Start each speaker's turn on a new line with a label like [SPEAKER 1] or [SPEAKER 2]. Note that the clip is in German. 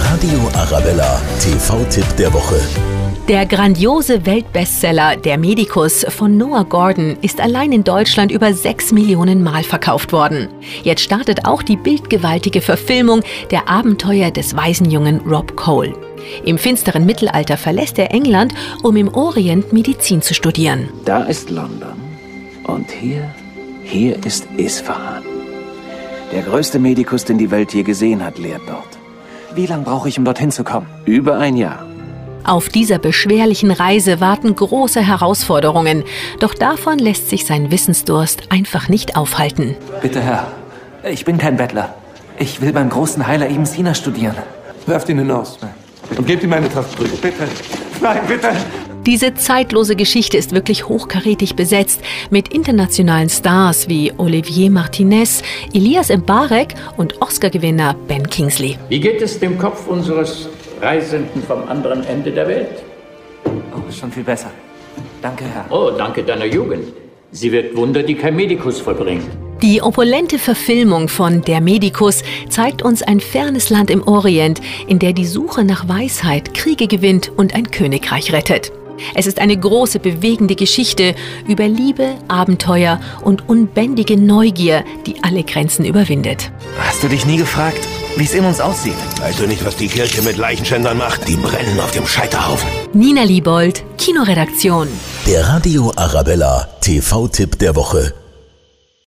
[SPEAKER 1] Radio Arabella, TV-Tipp der Woche.
[SPEAKER 2] Der grandiose Weltbestseller Der Medikus von Noah Gordon ist allein in Deutschland über sechs Millionen Mal verkauft worden. Jetzt startet auch die bildgewaltige Verfilmung der Abenteuer des Waisenjungen Rob Cole. Im finsteren Mittelalter verlässt er England, um im Orient Medizin zu studieren.
[SPEAKER 3] Da ist London und hier, hier ist Isfahan. Der größte Medikus, den die Welt je gesehen hat, lehrt dort.
[SPEAKER 4] Wie lange brauche ich, um dorthin zu kommen?
[SPEAKER 3] Über ein Jahr.
[SPEAKER 2] Auf dieser beschwerlichen Reise warten große Herausforderungen, doch davon lässt sich sein Wissensdurst einfach nicht aufhalten.
[SPEAKER 4] Bitte, Herr, ich bin kein Bettler. Ich will beim großen Heiler Ibn Sina studieren.
[SPEAKER 5] Werft ihn hinaus. Und gebt ihm meine Tasche zurück. Bitte. Nein, bitte.
[SPEAKER 2] Diese zeitlose Geschichte ist wirklich hochkarätig besetzt mit internationalen Stars wie Olivier Martinez, Elias Mbarek und Oscar-Gewinner Ben Kingsley.
[SPEAKER 6] Wie geht es dem Kopf unseres Reisenden vom anderen Ende der Welt?
[SPEAKER 4] Oh, ist schon viel besser. Danke, Herr.
[SPEAKER 6] Oh, danke deiner Jugend. Sie wird Wunder, die kein Medikus vollbringt.
[SPEAKER 2] Die opulente Verfilmung von Der Medikus zeigt uns ein fernes Land im Orient, in der die Suche nach Weisheit Kriege gewinnt und ein Königreich rettet. Es ist eine große, bewegende Geschichte über Liebe, Abenteuer und unbändige Neugier, die alle Grenzen überwindet.
[SPEAKER 4] Hast du dich nie gefragt, wie es in uns aussieht?
[SPEAKER 7] Weißt du nicht, was die Kirche mit Leichenschändern macht? Die brennen auf dem Scheiterhaufen.
[SPEAKER 2] Nina Liebold, Kinoredaktion.
[SPEAKER 1] Der Radio Arabella, TV-Tipp der Woche.